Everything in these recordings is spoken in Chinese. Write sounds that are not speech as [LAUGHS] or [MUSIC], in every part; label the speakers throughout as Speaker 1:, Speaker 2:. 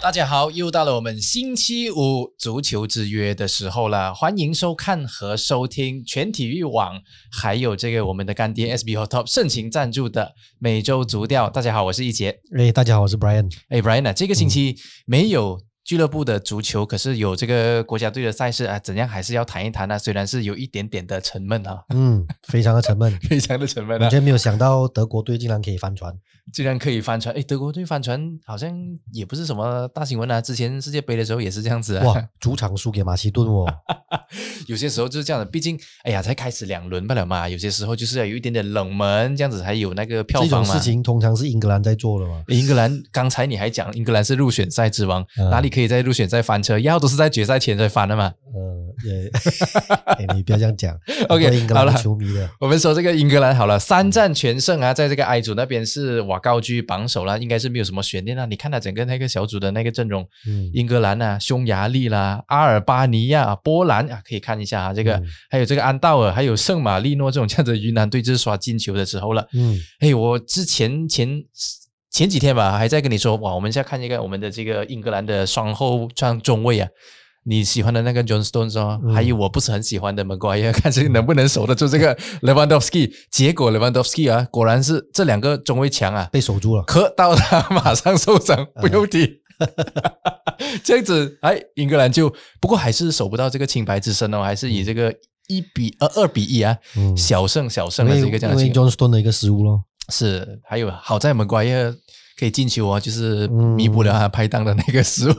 Speaker 1: 大家好，又到了我们星期五足球之约的时候了，欢迎收看和收听全体育网，还有这个我们的干爹 SB Hot Top 盛情赞助的每周足调。大家好，我是一杰。
Speaker 2: 哎，大家好，我是 Brian。
Speaker 1: [LAUGHS] 哎，Brian 啊，这个星期没有俱乐部的足球，可是有这个国家队的赛事啊，怎样还是要谈一谈呢、虽然是有一点点的沉闷啊，
Speaker 2: 嗯，非常
Speaker 1: [LAUGHS]
Speaker 2: 的沉闷，
Speaker 1: 非常的沉闷啊
Speaker 2: 完，全没有想到德国队竟然可以
Speaker 1: [LAUGHS]
Speaker 2: 翻船。
Speaker 1: 竟然可以翻船。哎，德国队翻船好像也不是什么大新闻啊，之前世界杯的时候也是这样子啊。
Speaker 2: 哇，主场输给马其顿哦。
Speaker 1: 有些时候就是这样的，毕竟哎呀，才开始两轮不了嘛，有些时候就是要有一点点冷门，这样子才有那个 [LAUGHS] 票
Speaker 2: 这种
Speaker 1: 房嘛
Speaker 2: 事。情通常是英格兰
Speaker 1: [LAUGHS]
Speaker 2: 在做的嘛。
Speaker 1: 英格兰刚才你还讲，英格兰是入选赛之王，
Speaker 2: 嗯
Speaker 1: 哪里可以在入选赛翻车？要都是在决赛前才翻的嘛。
Speaker 2: 呃，也，哎你不要这
Speaker 1: [LAUGHS]
Speaker 2: 样讲。
Speaker 1: OK，
Speaker 2: 很多英格
Speaker 1: 好
Speaker 2: 兰
Speaker 1: 了
Speaker 2: 的球迷的，
Speaker 1: 我们说这个英格兰好了，三战全胜啊，在这个 I 组那边是瓦高居榜首啦，应该是没有什么悬念啦。你看他整个那个小组的那个阵容，
Speaker 2: 嗯，
Speaker 1: 英格兰啊、匈牙利啦、阿尔巴尼亚、波兰啊，可以看一下啊，这个、
Speaker 2: 嗯
Speaker 1: 还有这个安道尔，还有圣马力诺这种这样的云南队，就是刷进球的时候了。
Speaker 2: 嗯，
Speaker 1: 哎，我之前前前几天吧，还在跟你说，哇，我们现在看一个我们的这个英格兰的双后双中卫啊，你喜欢的那个 John Stones 哦，
Speaker 2: 嗯
Speaker 1: 还有我不是很喜欢的 Maguire，看 [LAUGHS] 这个能不能守得住这个 Lewandowski。结果 Lewandowski 啊，果然是这两个中卫强啊，
Speaker 2: 被守住了。
Speaker 1: 磕到他马上受伤，不用提。
Speaker 2: 嗯
Speaker 1: [LAUGHS] 这样子，哎，英格兰就不过还是守不到这个清白之身哦，还是以这个一比呃二比一啊，
Speaker 2: 嗯，
Speaker 1: 小胜小胜
Speaker 2: 因
Speaker 1: 的
Speaker 2: 为
Speaker 1: 这个这样
Speaker 2: 因
Speaker 1: 的情
Speaker 2: 为
Speaker 1: 况。
Speaker 2: John Stone 的一个失误咯。
Speaker 1: 是，还有好在门瓜耶可以进球哦，就是
Speaker 2: 嗯
Speaker 1: 弥补了他拍档的那个
Speaker 2: [LAUGHS]
Speaker 1: 失误。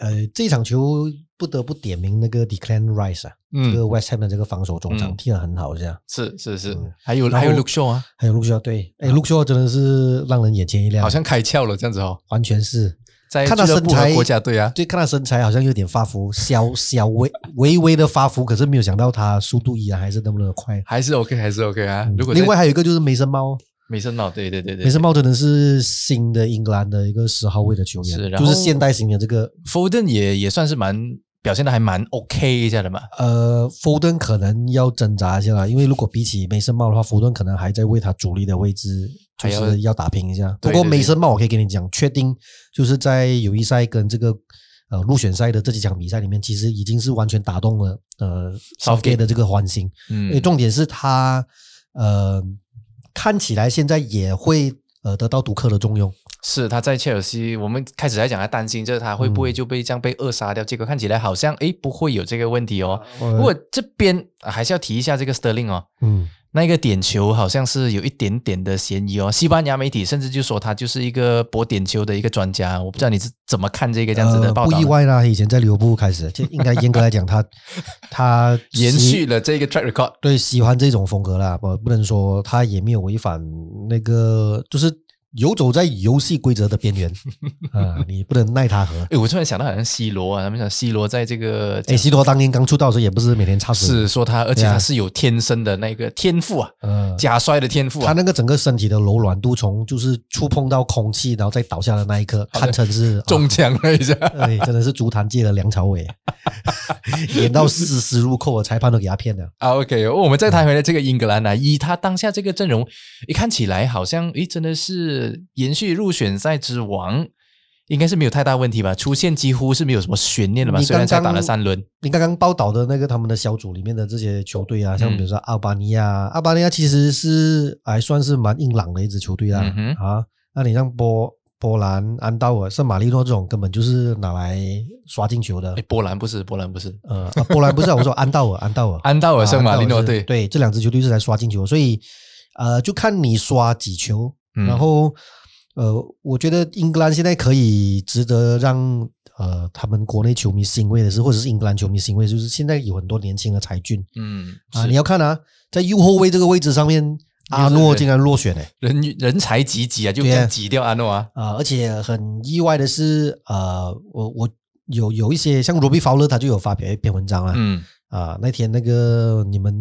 Speaker 2: 呃，这场球不得不点名那个 Declan Rice 啊，这
Speaker 1: 嗯
Speaker 2: 个，West Ham 的这个防守中场
Speaker 1: 嗯
Speaker 2: 踢得很好，这样。
Speaker 1: 是是是
Speaker 2: 嗯，
Speaker 1: 还有
Speaker 2: 然
Speaker 1: 还有
Speaker 2: 后
Speaker 1: Luke Shaw 啊，
Speaker 2: 还有 Luke Shaw，对，哎，Luke Shaw 真的是让人眼前一亮，
Speaker 1: 好像开窍了这样子哦，
Speaker 2: 完全是
Speaker 1: 在
Speaker 2: 看他
Speaker 1: 俱乐
Speaker 2: 身
Speaker 1: 部和
Speaker 2: 材
Speaker 1: 国家队啊，
Speaker 2: 对，看他身材好像有点发福，小小微微微的发福，可是没有想到他速度依然还是那么的快。
Speaker 1: 还是 OK 还是 OK 啊
Speaker 2: 嗯。
Speaker 1: 如果
Speaker 2: 另
Speaker 1: 在
Speaker 2: 外还有一个就是梅森猫，
Speaker 1: 梅森帽，对对对对，
Speaker 2: 梅森猫真的是新的英格兰的一个十号位的球员，
Speaker 1: 是然
Speaker 2: 就是
Speaker 1: 后
Speaker 2: 现代型的这个
Speaker 1: Foden 也也算是蛮表现的还蛮 OK 一下的嘛。
Speaker 2: 呃，Foden 可能要挣扎一下啦，因为如果比起梅森帽的话，Foden 可能还在为他主力的位置就
Speaker 1: 还要
Speaker 2: 是要打拼一下。不
Speaker 1: 对
Speaker 2: 过
Speaker 1: 对
Speaker 2: 梅
Speaker 1: 对
Speaker 2: 森帽我可以跟你讲，确定就是在友谊赛跟这个。呃，入选赛的这几场比赛里面，其实已经是完全打动了呃
Speaker 1: Southgate
Speaker 2: Southgate 的这个欢心。
Speaker 1: 嗯
Speaker 2: 诶，，重点是他呃，看起来现在也会呃得到独克的重用。
Speaker 1: 是他在切尔西，我们开始在讲他担心，就是他会不会
Speaker 2: 嗯
Speaker 1: 就被这样被扼杀掉？结果看起来好像诶不会有这个问题哦。
Speaker 2: 呃
Speaker 1: 不过这边啊还是要提一下这个 Sterling 哦，
Speaker 2: 嗯，
Speaker 1: 那个点球好像是有一点点的嫌疑哦。西班牙媒体甚至就说他就是一个博点球的一个专家，我不知道你是怎么看这个这样子的
Speaker 2: 呃
Speaker 1: 报
Speaker 2: 不
Speaker 1: 道
Speaker 2: 意
Speaker 1: 的。
Speaker 2: 外啦。以前在利物浦开始，就应该严格来讲，他他
Speaker 1: 延
Speaker 2: 喜
Speaker 1: 续了这个 track record，
Speaker 2: 对喜欢这种风格啦。我不能说他也没有违反那个，就是游走在游戏规则的
Speaker 1: [LAUGHS]
Speaker 2: 边缘啊、你不能奈他何。
Speaker 1: 诶，我突然想到好像 C 罗啊，他们讲 C 罗在这个
Speaker 2: 哎，西多当年刚出道的时候也不是每天插水，
Speaker 1: 是说他，而且
Speaker 2: 对啊
Speaker 1: 他是有天生的那个天赋啊，
Speaker 2: 嗯，
Speaker 1: 假摔的天赋
Speaker 2: 他
Speaker 1: 啊。
Speaker 2: 那个整个身体的柔软度，从就是触碰到空气，然后再倒下的那一刻，堪称是
Speaker 1: 中枪了一下，
Speaker 2: 啊哎，真的是足坛界的梁
Speaker 1: [LAUGHS]
Speaker 2: 朝伟，演到丝丝入扣，我裁判都给他骗了。
Speaker 1: 啊，OK，我们再谈回来这个英格兰呢、啊以他当下这个阵容，一看起来好像，诶，真的是延续入选赛之王，应该是没有太大问题吧？出现几乎是没有什么悬念的嘛，
Speaker 2: 你
Speaker 1: 虽然才
Speaker 2: 刚
Speaker 1: 打
Speaker 2: 刚
Speaker 1: 了三轮，
Speaker 2: 你刚刚报道的那个他们的小组里面的这些球队啊，像
Speaker 1: 嗯
Speaker 2: 比如说阿尔巴尼亚，啊阿尔巴尼亚其实是还算是蛮硬朗的一支球队啦。
Speaker 1: 嗯
Speaker 2: 啊，那你像波波兰、安道尔、圣马力诺这种，根本就是拿来刷进球的
Speaker 1: 诶，。波兰不是，波兰不是，
Speaker 2: 呃，啊波兰不是啊、我说安道尔，安道尔，
Speaker 1: 安道尔、
Speaker 2: 啊
Speaker 1: 哦圣马力诺
Speaker 2: 是
Speaker 1: 队，
Speaker 2: 对，这两支球队是来刷进球，所以呃，就看你刷几球。
Speaker 1: 嗯
Speaker 2: 然后呃，我觉得英格兰现在可以值得让呃他们国内球迷欣慰的是，或者是英格兰球迷欣慰，就是现在有很多年轻的才俊
Speaker 1: 嗯，
Speaker 2: 啊，
Speaker 1: 是
Speaker 2: 你要看啊，在右后卫这个位置上面，阿诺竟然落选了。
Speaker 1: 人人才济济啊，就这样挤掉阿诺啊，
Speaker 2: 啊、而且很意外的是，呃，我我有有一啊些像罗比·法勒，他就有发表一篇文章啊，
Speaker 1: 嗯
Speaker 2: 啊，那天那个你们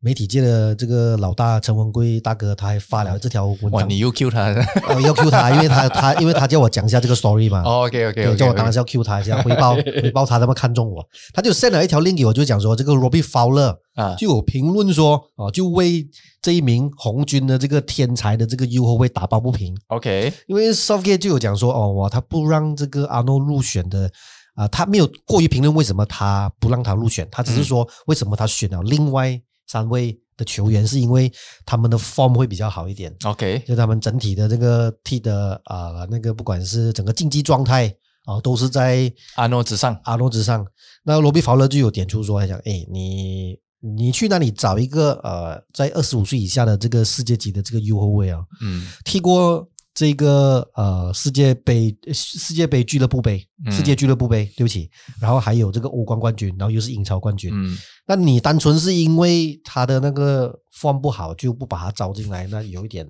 Speaker 2: 媒体界的这个老大陈文贵大哥，他还发了这条文
Speaker 1: 哦哇，
Speaker 2: 章，
Speaker 1: 你又 Q 他了
Speaker 2: 呃要 Q 他，因为他他因为他叫我讲一下这个 story 嘛，
Speaker 1: ？OK OK
Speaker 2: 啊对，
Speaker 1: 哦 OK，
Speaker 2: 叫我当然是要 Q 他一下，回报回报他那么看中我，他就 send 了一条 link 给我，就讲说这个 Robbie Fowler
Speaker 1: 啊
Speaker 2: 就有评论说，哦，就为这一名红军的这个天才的这个右后卫打抱不平，
Speaker 1: ，OK
Speaker 2: 因为 Southgate 就有讲说，哦，哇，他不让这个阿诺入选的，啊、他没有过于评论为什么他不让他入选，他只是说为什么他选了另外三位的球员，是因为他们的 form 会比较好一点，
Speaker 1: OK，
Speaker 2: 就他们整体的这个踢的啊、那个不管是整个竞技状态啊、都是在
Speaker 1: 阿诺之上
Speaker 2: 阿诺之上。那罗比法勒就有点出说，他讲，哎，你你去哪里找一个呃，在二十五岁以下的这个世界级的这个右后卫啊，
Speaker 1: 嗯
Speaker 2: 踢过这个呃世界杯、呃世界杯俱乐部杯、
Speaker 1: 嗯
Speaker 2: 世界俱乐部杯，对不起，然后还有这个欧冠冠军，然后又是英超冠军。
Speaker 1: 嗯
Speaker 2: 那你单纯是因为他的那个 form 不好就不把他招进来，那有一点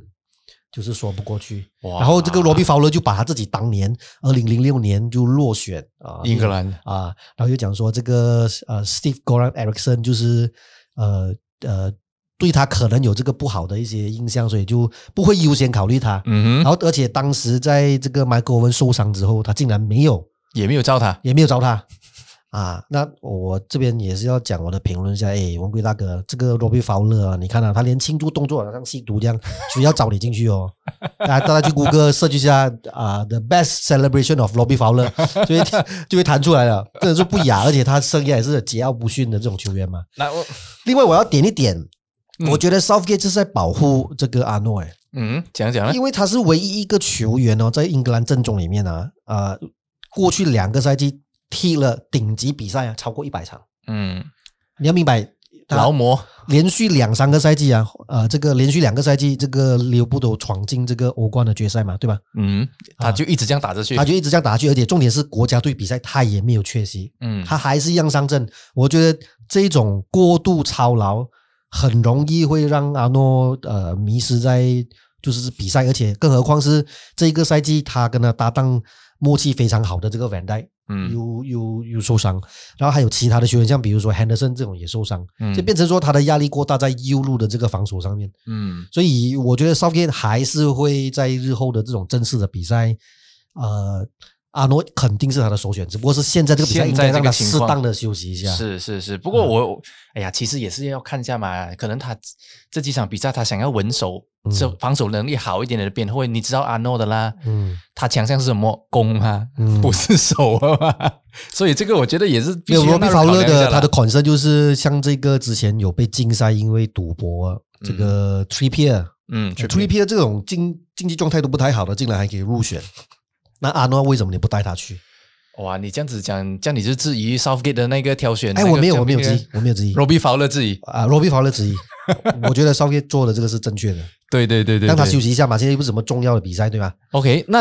Speaker 2: 就是说不过去。
Speaker 1: 哇
Speaker 2: 然后这个罗比法勒就把他自己当年呃二零零六年就落选啊，
Speaker 1: 英格兰
Speaker 2: 啊，然后又讲说这个呃，Steve Goran Eriksson 就是呃呃对他可能有这个不好的一些印象，所以就不会优先考虑他。
Speaker 1: 嗯
Speaker 2: 然
Speaker 1: 哼，
Speaker 2: 后而且当时在这个 Michael Owen 受伤之后，他竟然没有
Speaker 1: 也没有招他，
Speaker 2: 也没有找他。啊，那我这边也是要讲我的评论一下，哎，文贵大哥，这个 Robbie Fowler 啊，你看啊，他连庆祝动作好像吸毒这样，所以要找你进去哦。 [LAUGHS] 大家大家去谷歌 search 一下啊，The Best Celebration of Robbie Fowler，所以就会 [LAUGHS] 弹出来了，真的是不雅，而且他生涯也是桀骜不驯的这种球员嘛。
Speaker 1: 那我
Speaker 2: 另外，我要点一点，
Speaker 1: 嗯
Speaker 2: 我觉得 Southgate 是在保护这个阿诺，哎，
Speaker 1: 嗯讲讲了
Speaker 2: 因为他是唯一一个球员哦，在英格兰阵中里面呢、啊，呃，过去两个赛季踢了顶级比赛啊，超过一百场。
Speaker 1: 嗯，
Speaker 2: 你要明白，
Speaker 1: 劳
Speaker 2: 他
Speaker 1: 模
Speaker 2: 连续两三个赛季啊，呃，这个连续两个赛季，这个利物浦都闯进这个欧冠的决赛嘛，对吧？
Speaker 1: 嗯，他就一直这样打着去
Speaker 2: 啊他，就一直这样打下去，而且重点是国家队比赛他也没有缺席，
Speaker 1: 嗯
Speaker 2: 他还是一样上阵。我觉得这种过度操劳很容易会让阿诺呃迷失在就是比赛，而且更何况是这个赛季他跟他搭档默契非常好的这个 Van d
Speaker 1: 嗯
Speaker 2: 又又又受伤，然后还有其他的球员，像比如说 Henderson 这种也受伤，
Speaker 1: 嗯
Speaker 2: 就变成说他的压力过大在右路的这个防守上面。
Speaker 1: 嗯
Speaker 2: 所以我觉得 Southgate 还是会在日后的这种正式的比赛，呃，阿诺肯定是他的首选，只不过是现在这个比赛
Speaker 1: 现
Speaker 2: 应
Speaker 1: 在
Speaker 2: 该
Speaker 1: 这个
Speaker 2: 让他
Speaker 1: 情
Speaker 2: 适
Speaker 1: 况
Speaker 2: 当的休息一下。嗯
Speaker 1: 是是是，不过我、哎呀，其实也是要看一下嘛，可能他这几场比赛他想要稳守，
Speaker 2: 嗯
Speaker 1: 这、防守能力好一点的边后卫，你知道阿诺的啦，
Speaker 2: 嗯
Speaker 1: 他强项是什么？攻啊，
Speaker 2: 嗯
Speaker 1: 不是守啊嘛， [LAUGHS] 所以这个我觉得也是必
Speaker 2: 没有
Speaker 1: 须
Speaker 2: 罗
Speaker 1: 要
Speaker 2: 比
Speaker 1: 纳入
Speaker 2: 法
Speaker 1: 考量
Speaker 2: 勒
Speaker 1: 一下
Speaker 2: 的
Speaker 1: 啦
Speaker 2: 他的 concern 就是像这个之前有被禁赛，因为赌博这个 three p r
Speaker 1: 嗯
Speaker 2: t r i p p i e r 这种经经济状态都不太好的，竟然还可以入选，那阿诺为什么你不带他去？
Speaker 1: 哇，你这样子讲，这样你就质疑 Southgate 的那个挑选？
Speaker 2: 哎，
Speaker 1: 那个
Speaker 2: 我没有，
Speaker 1: 将
Speaker 2: 我没有
Speaker 1: 那
Speaker 2: 质
Speaker 1: 个
Speaker 2: 疑，我没有质疑。
Speaker 1: ，Robbie Fowler 质疑，
Speaker 2: 啊，罗比法勒质疑， [LAUGHS] 我觉得稍微做的这个是正确的，
Speaker 1: 对对对对，
Speaker 2: 让他
Speaker 1: 对
Speaker 2: 休息一下嘛。现在又不是什么重要的比赛，对吧？
Speaker 1: OK，那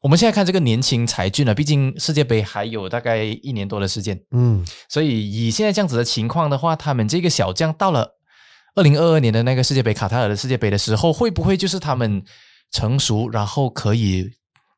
Speaker 1: 我们现在看这个年轻才俊啊，毕竟世界杯还有大概一年多的时间，
Speaker 2: 嗯，
Speaker 1: 所以以现在这样子的情况的话，他们这个小将到了二零二二年的那个世界杯卡塔尔的世界杯的时候，会不会就是他们成熟，然后可以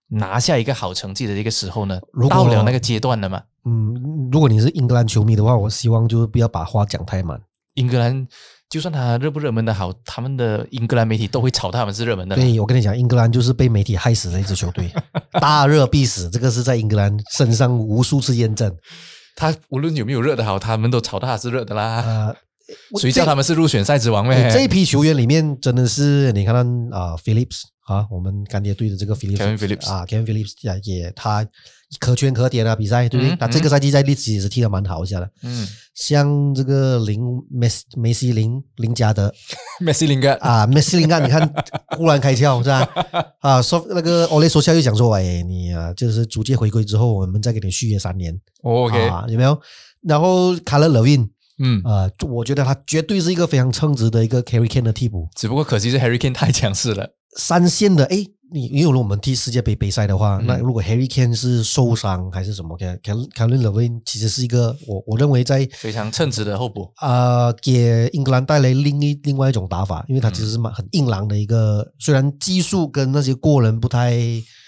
Speaker 1: 拿下一个好成绩的这个时候呢
Speaker 2: 如？果
Speaker 1: 到了那个阶段了嘛？
Speaker 2: 嗯，如果你是英格兰球迷的话，我希望就是不要把话讲太满。
Speaker 1: 英格兰就算他热不热门的好，他们的英格兰媒体都会炒他们是热门的啦。
Speaker 2: 对，我跟你讲，英格兰就是被媒体害死的一支球
Speaker 1: [LAUGHS]
Speaker 2: 队，大热必死，这个是在英格兰身上无数次验证。
Speaker 1: 他无论有没有热的好，他们都炒他是热的啦。
Speaker 2: 呃，我
Speaker 1: 谁叫他们是入选赛之王
Speaker 2: 对
Speaker 1: 呗？
Speaker 2: 这一批球员里面，真的是你看到啊、p h i l l i p s 啊，我们干爹队的这个 Phillips
Speaker 1: Kevin Phillips
Speaker 2: 啊，Kevin Phillips 也也他可圈可点啊，比赛对不对？
Speaker 1: 嗯
Speaker 2: 他这个赛季在利兹也是踢得蛮好一下的。
Speaker 1: 嗯，
Speaker 2: 像这个林梅西梅西林林加德
Speaker 1: [LAUGHS] 梅西林格
Speaker 2: 啊，梅西林加，你看忽然开窍是吧？啊，说那个欧雷说笑又讲说，哎，你啊，就是逐渐回归之后，我们再给你续约三年
Speaker 1: 哦，OK，
Speaker 2: 啊，有没有？然后卡勒勒温
Speaker 1: 嗯，
Speaker 2: 啊，就我觉得他绝对是一个非常称职的一个 carry can 的替补，
Speaker 1: 只不过可惜是 Harry Kane 太强势了。
Speaker 2: 三线的哎。你因为如果我们踢世界杯杯赛的话，
Speaker 1: 嗯
Speaker 2: 那如果 Harry Kane 是受伤还是什么，Cal c a l l e Levin 其实是一个我我认为在
Speaker 1: 非常称职的候补。
Speaker 2: 呃，给英格兰带来另一另外一种打法，因为他其实是蛮很硬朗的一个，虽然技术跟那些过人不太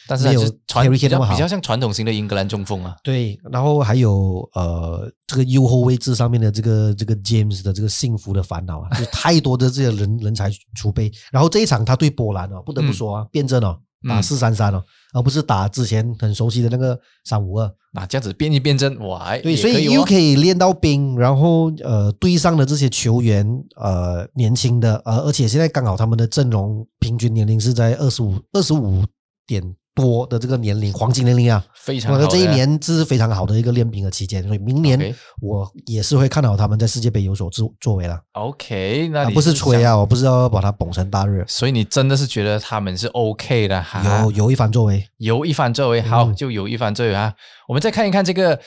Speaker 1: 但是
Speaker 2: 没有
Speaker 1: 它就传
Speaker 2: Harry
Speaker 1: 比
Speaker 2: Kane 那
Speaker 1: 较
Speaker 2: 么好
Speaker 1: 比较像传统型的英格兰中锋啊，
Speaker 2: 对，然后还有呃，这个右后位置上面的这个 [LAUGHS] 这个 James 的这个幸福的烦恼啊，就太多的这些人人才储备。然后这一场他对波兰哦，不得不说啊，辩证哦，打
Speaker 1: 嗯
Speaker 2: 四三三哦，而不是打之前很熟悉的那个三五二。
Speaker 1: 那、这样子变一变阵，哇，哎
Speaker 2: 对，
Speaker 1: 也
Speaker 2: 所
Speaker 1: 可
Speaker 2: 以
Speaker 1: 哦
Speaker 2: 又可以练到兵，然后呃，队上的这些球员呃年轻的，呃，而且现在刚好他们的阵容平均年龄是在二十五二十五点多的这个年龄黄金年龄啊。
Speaker 1: 非常
Speaker 2: 我
Speaker 1: 好
Speaker 2: 的
Speaker 1: 的
Speaker 2: 这一年这是非常好的一个练兵的期间，所以明年
Speaker 1: OK
Speaker 2: 我也是会看好他们在世界杯有所作作为了。
Speaker 1: OK，那
Speaker 2: 啊，
Speaker 1: 你
Speaker 2: 不是吹
Speaker 1: 想，
Speaker 2: 啊，我不是要把它捧成大热，
Speaker 1: 所以你真的是觉得他们是 OK 的哈，
Speaker 2: 有有一番作为。
Speaker 1: 有一番作为，好，
Speaker 2: 嗯
Speaker 1: 就有一番作为啊。我们再看一看这个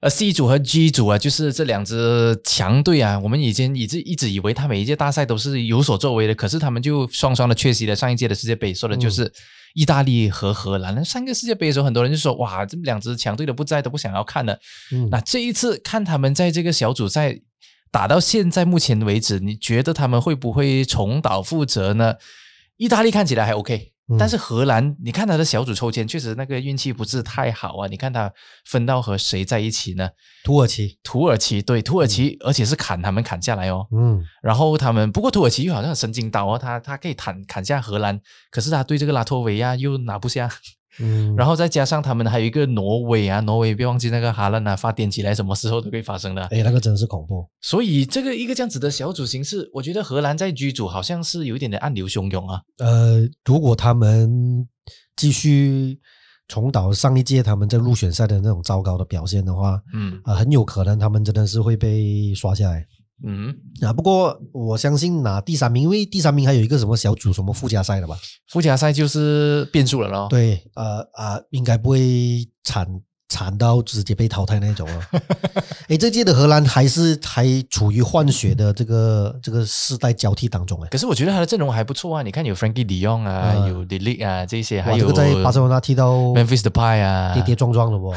Speaker 1: 呃 C 组和 G 组啊，就是这两支强队啊。我们以前一直一直以为他每一届大赛都是有所作为的，可是他们就双双的缺席了上一届的世界杯，说的就是意大利和荷兰。那上个世界杯的时候，很多人就说哇，这两支强队都不在，都不想要看了。
Speaker 2: 嗯，
Speaker 1: 那这一次看他们在这个小组赛打到现在目前为止，你觉得他们会不会重蹈覆辙呢？意大利看起来还 OK，、
Speaker 2: 嗯
Speaker 1: 但是荷兰，你看他的小组抽签，确实那个运气不是太好啊。你看他分到和谁在一起呢？
Speaker 2: 土耳其，
Speaker 1: 土耳其对土耳其，而且是砍他们砍下来哦。
Speaker 2: 嗯，
Speaker 1: 然后他们不过土耳其又好像很神经刀哦，他他可以砍砍下荷兰，可是他对这个拉脱维亚又拿不下。
Speaker 2: 嗯
Speaker 1: 然后再加上他们还有一个挪威啊，挪威别忘记那个哈兰啊，发癫起来什么时候都可以发生的啊。
Speaker 2: 哎，那个真的是恐怖。
Speaker 1: 所以这个一个这样子的小组形式，我觉得荷兰在 G 组好像是有一点点暗流汹涌啊。
Speaker 2: 呃，如果他们继续重蹈上一届他们在入选赛的那种糟糕的表现的话，
Speaker 1: 嗯
Speaker 2: 啊、很有可能他们真的是会被刷下来。
Speaker 1: 嗯，
Speaker 2: 啊，不过我相信拿第三名，因为第三名还有一个什么小组什么附加赛的吧？
Speaker 1: 附加赛就是变数了咯。，
Speaker 2: 对，呃啊、应该不会惨惨到直接被淘汰那种啊。诶，这届的荷兰还是还处于换血的这个这个世代交替当中诶。
Speaker 1: 可是我觉得他的阵容还不错啊。你看有 Frankie De Jong 啊，
Speaker 2: 嗯
Speaker 1: 有 d e l i c 啊这些，还
Speaker 2: 哇，这
Speaker 1: 有
Speaker 2: 个在巴塞罗那踢到
Speaker 1: Memphis Depay 啊，
Speaker 2: 跌跌撞撞了哦。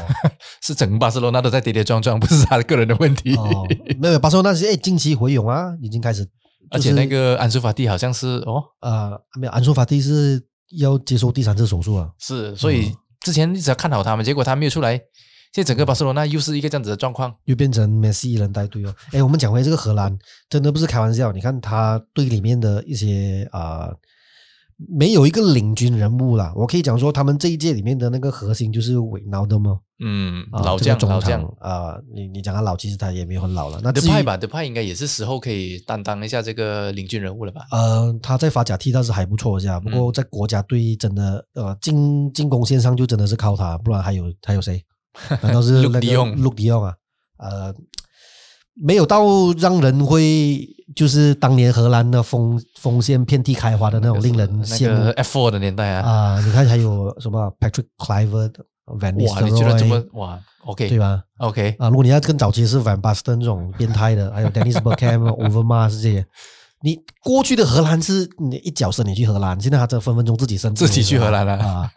Speaker 1: 是整个巴塞罗那都在跌跌撞撞，不是他的个人的问题。
Speaker 2: 哦，没有巴塞罗那是诶，近期回勇啊，已经开始，
Speaker 1: [LAUGHS] 而且那个安苏法蒂好像是哦，
Speaker 2: 呃，没有安苏法蒂是要接受第三次手术啊。
Speaker 1: 是，所以
Speaker 2: 嗯
Speaker 1: 之前一直要看好他们，结果他没有出来。现在整个巴塞罗那又是一个这样子的状况。
Speaker 2: 又变成梅西一人带队哦。哎，我们讲回这个荷兰，真的不是开玩笑。你看他队里面的一些啊、呃没有一个领军人物啦。我可以讲说，他们这一届里面的那个核心就是韦纳德嘛，
Speaker 1: 嗯，
Speaker 2: 啊
Speaker 1: 老
Speaker 2: 这个
Speaker 1: 将
Speaker 2: 中
Speaker 1: 老
Speaker 2: 场
Speaker 1: 将，
Speaker 2: 啊、你你讲他老，其实他也没有很老了。那
Speaker 1: 德
Speaker 2: 至于
Speaker 1: 派吧，德派应该也是时候可以担当一下这个领军人物了吧？
Speaker 2: 呃，他在法甲踢倒是还不错一下，不
Speaker 1: 嗯
Speaker 2: 过在国家队真的呃进进攻线上就真的是靠他，不然还有还有谁？难
Speaker 1: [LAUGHS]
Speaker 2: 道是
Speaker 1: Luke
Speaker 2: 那个
Speaker 1: de Jong
Speaker 2: 陆迪用啊？呃，没有到让人会就是当年荷兰的锋锋线遍地开花的那种令人
Speaker 1: 那
Speaker 2: 羡慕
Speaker 1: 个 F four 的年代啊，
Speaker 2: 啊、你看还有什么 Patrick Clivert、Van
Speaker 1: 哇，你觉得怎么
Speaker 2: Nistelrooy，
Speaker 1: 哇
Speaker 2: 对
Speaker 1: ？OK
Speaker 2: 吧？
Speaker 1: OK，
Speaker 2: 啊，如果你要更早期是 Van Basten 这种变态的，还有 Dennis
Speaker 1: [LAUGHS]
Speaker 2: Bergkamp、Overmars 这些，你过去的荷兰是你一脚伸你去荷兰，现在他这分分钟自己伸
Speaker 1: 自己去荷兰了
Speaker 2: 啊，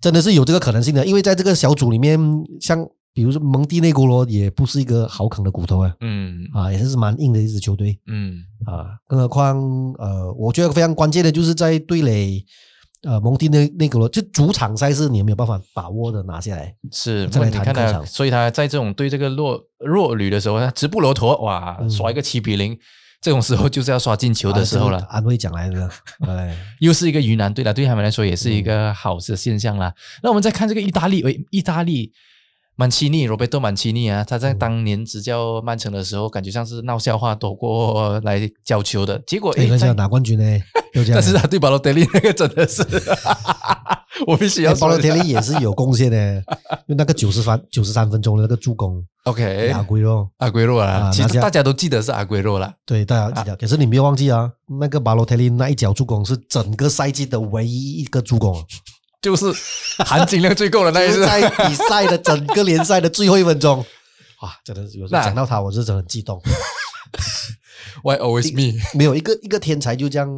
Speaker 2: 真的是有这个可能性的，因为在这个小组里面，像比如说蒙蒂内哥罗也不是一个好啃的骨头啊，
Speaker 1: 嗯
Speaker 2: 啊，也是蛮硬的一支球队
Speaker 1: 嗯
Speaker 2: 啊，更何况呃，我觉得非常关键的就是在对垒。呃，蒙蒂内内哥罗就主场赛事，你有没有办法把握的拿下来？
Speaker 1: 是，
Speaker 2: 再
Speaker 1: 不
Speaker 2: 来
Speaker 1: 然你
Speaker 2: 谈
Speaker 1: 看
Speaker 2: 客
Speaker 1: 他，
Speaker 2: 场
Speaker 1: 所以他在这种对这个弱弱旅的时候，他直布罗陀哇，
Speaker 2: 嗯
Speaker 1: 刷一个七比零。这种时候就是要刷进球的时候了
Speaker 2: 啊这，个安慰讲来的， [LAUGHS] 哎，
Speaker 1: 又是一个云南队了，对他们来说也是一
Speaker 2: 嗯
Speaker 1: 个好的现象啦。那我们再看这个意大利，喂，意大利曼奇尼，罗贝托曼奇尼啊，他在
Speaker 2: 嗯
Speaker 1: 当年执教曼城的时候，感觉像是闹笑话躲过来教球的，结果
Speaker 2: 哎，
Speaker 1: 哎，
Speaker 2: 人家
Speaker 1: 在
Speaker 2: 拿冠军呢，就这样。
Speaker 1: 但是他啊对巴洛德利那个真的是， [LAUGHS] 我必须要
Speaker 2: 哎巴
Speaker 1: 说
Speaker 2: 洛
Speaker 1: 一下
Speaker 2: 特利也是有贡献 [LAUGHS] 的，就那个九十分九十三分钟的那个助攻，
Speaker 1: OK
Speaker 2: 阿圭咯，
Speaker 1: 阿圭罗啊，
Speaker 2: 啊
Speaker 1: 其
Speaker 2: 拿
Speaker 1: 实
Speaker 2: 下
Speaker 1: 大家都记得是阿圭罗啦。
Speaker 2: 对大家记得。可是你别忘记啊，那个巴洛特利那一脚助攻是整个赛季的唯一一个助攻，
Speaker 1: 就是含金量最够的那一
Speaker 2: [LAUGHS] 就是
Speaker 1: 次， [LAUGHS]
Speaker 2: 在比赛的整个联赛的最后一分钟。 [LAUGHS] 哇，真的是有时候
Speaker 1: 那
Speaker 2: 讲到他，我是真的很激 [LAUGHS] 动。
Speaker 1: Why always me？
Speaker 2: 没有一个一个天才就这样，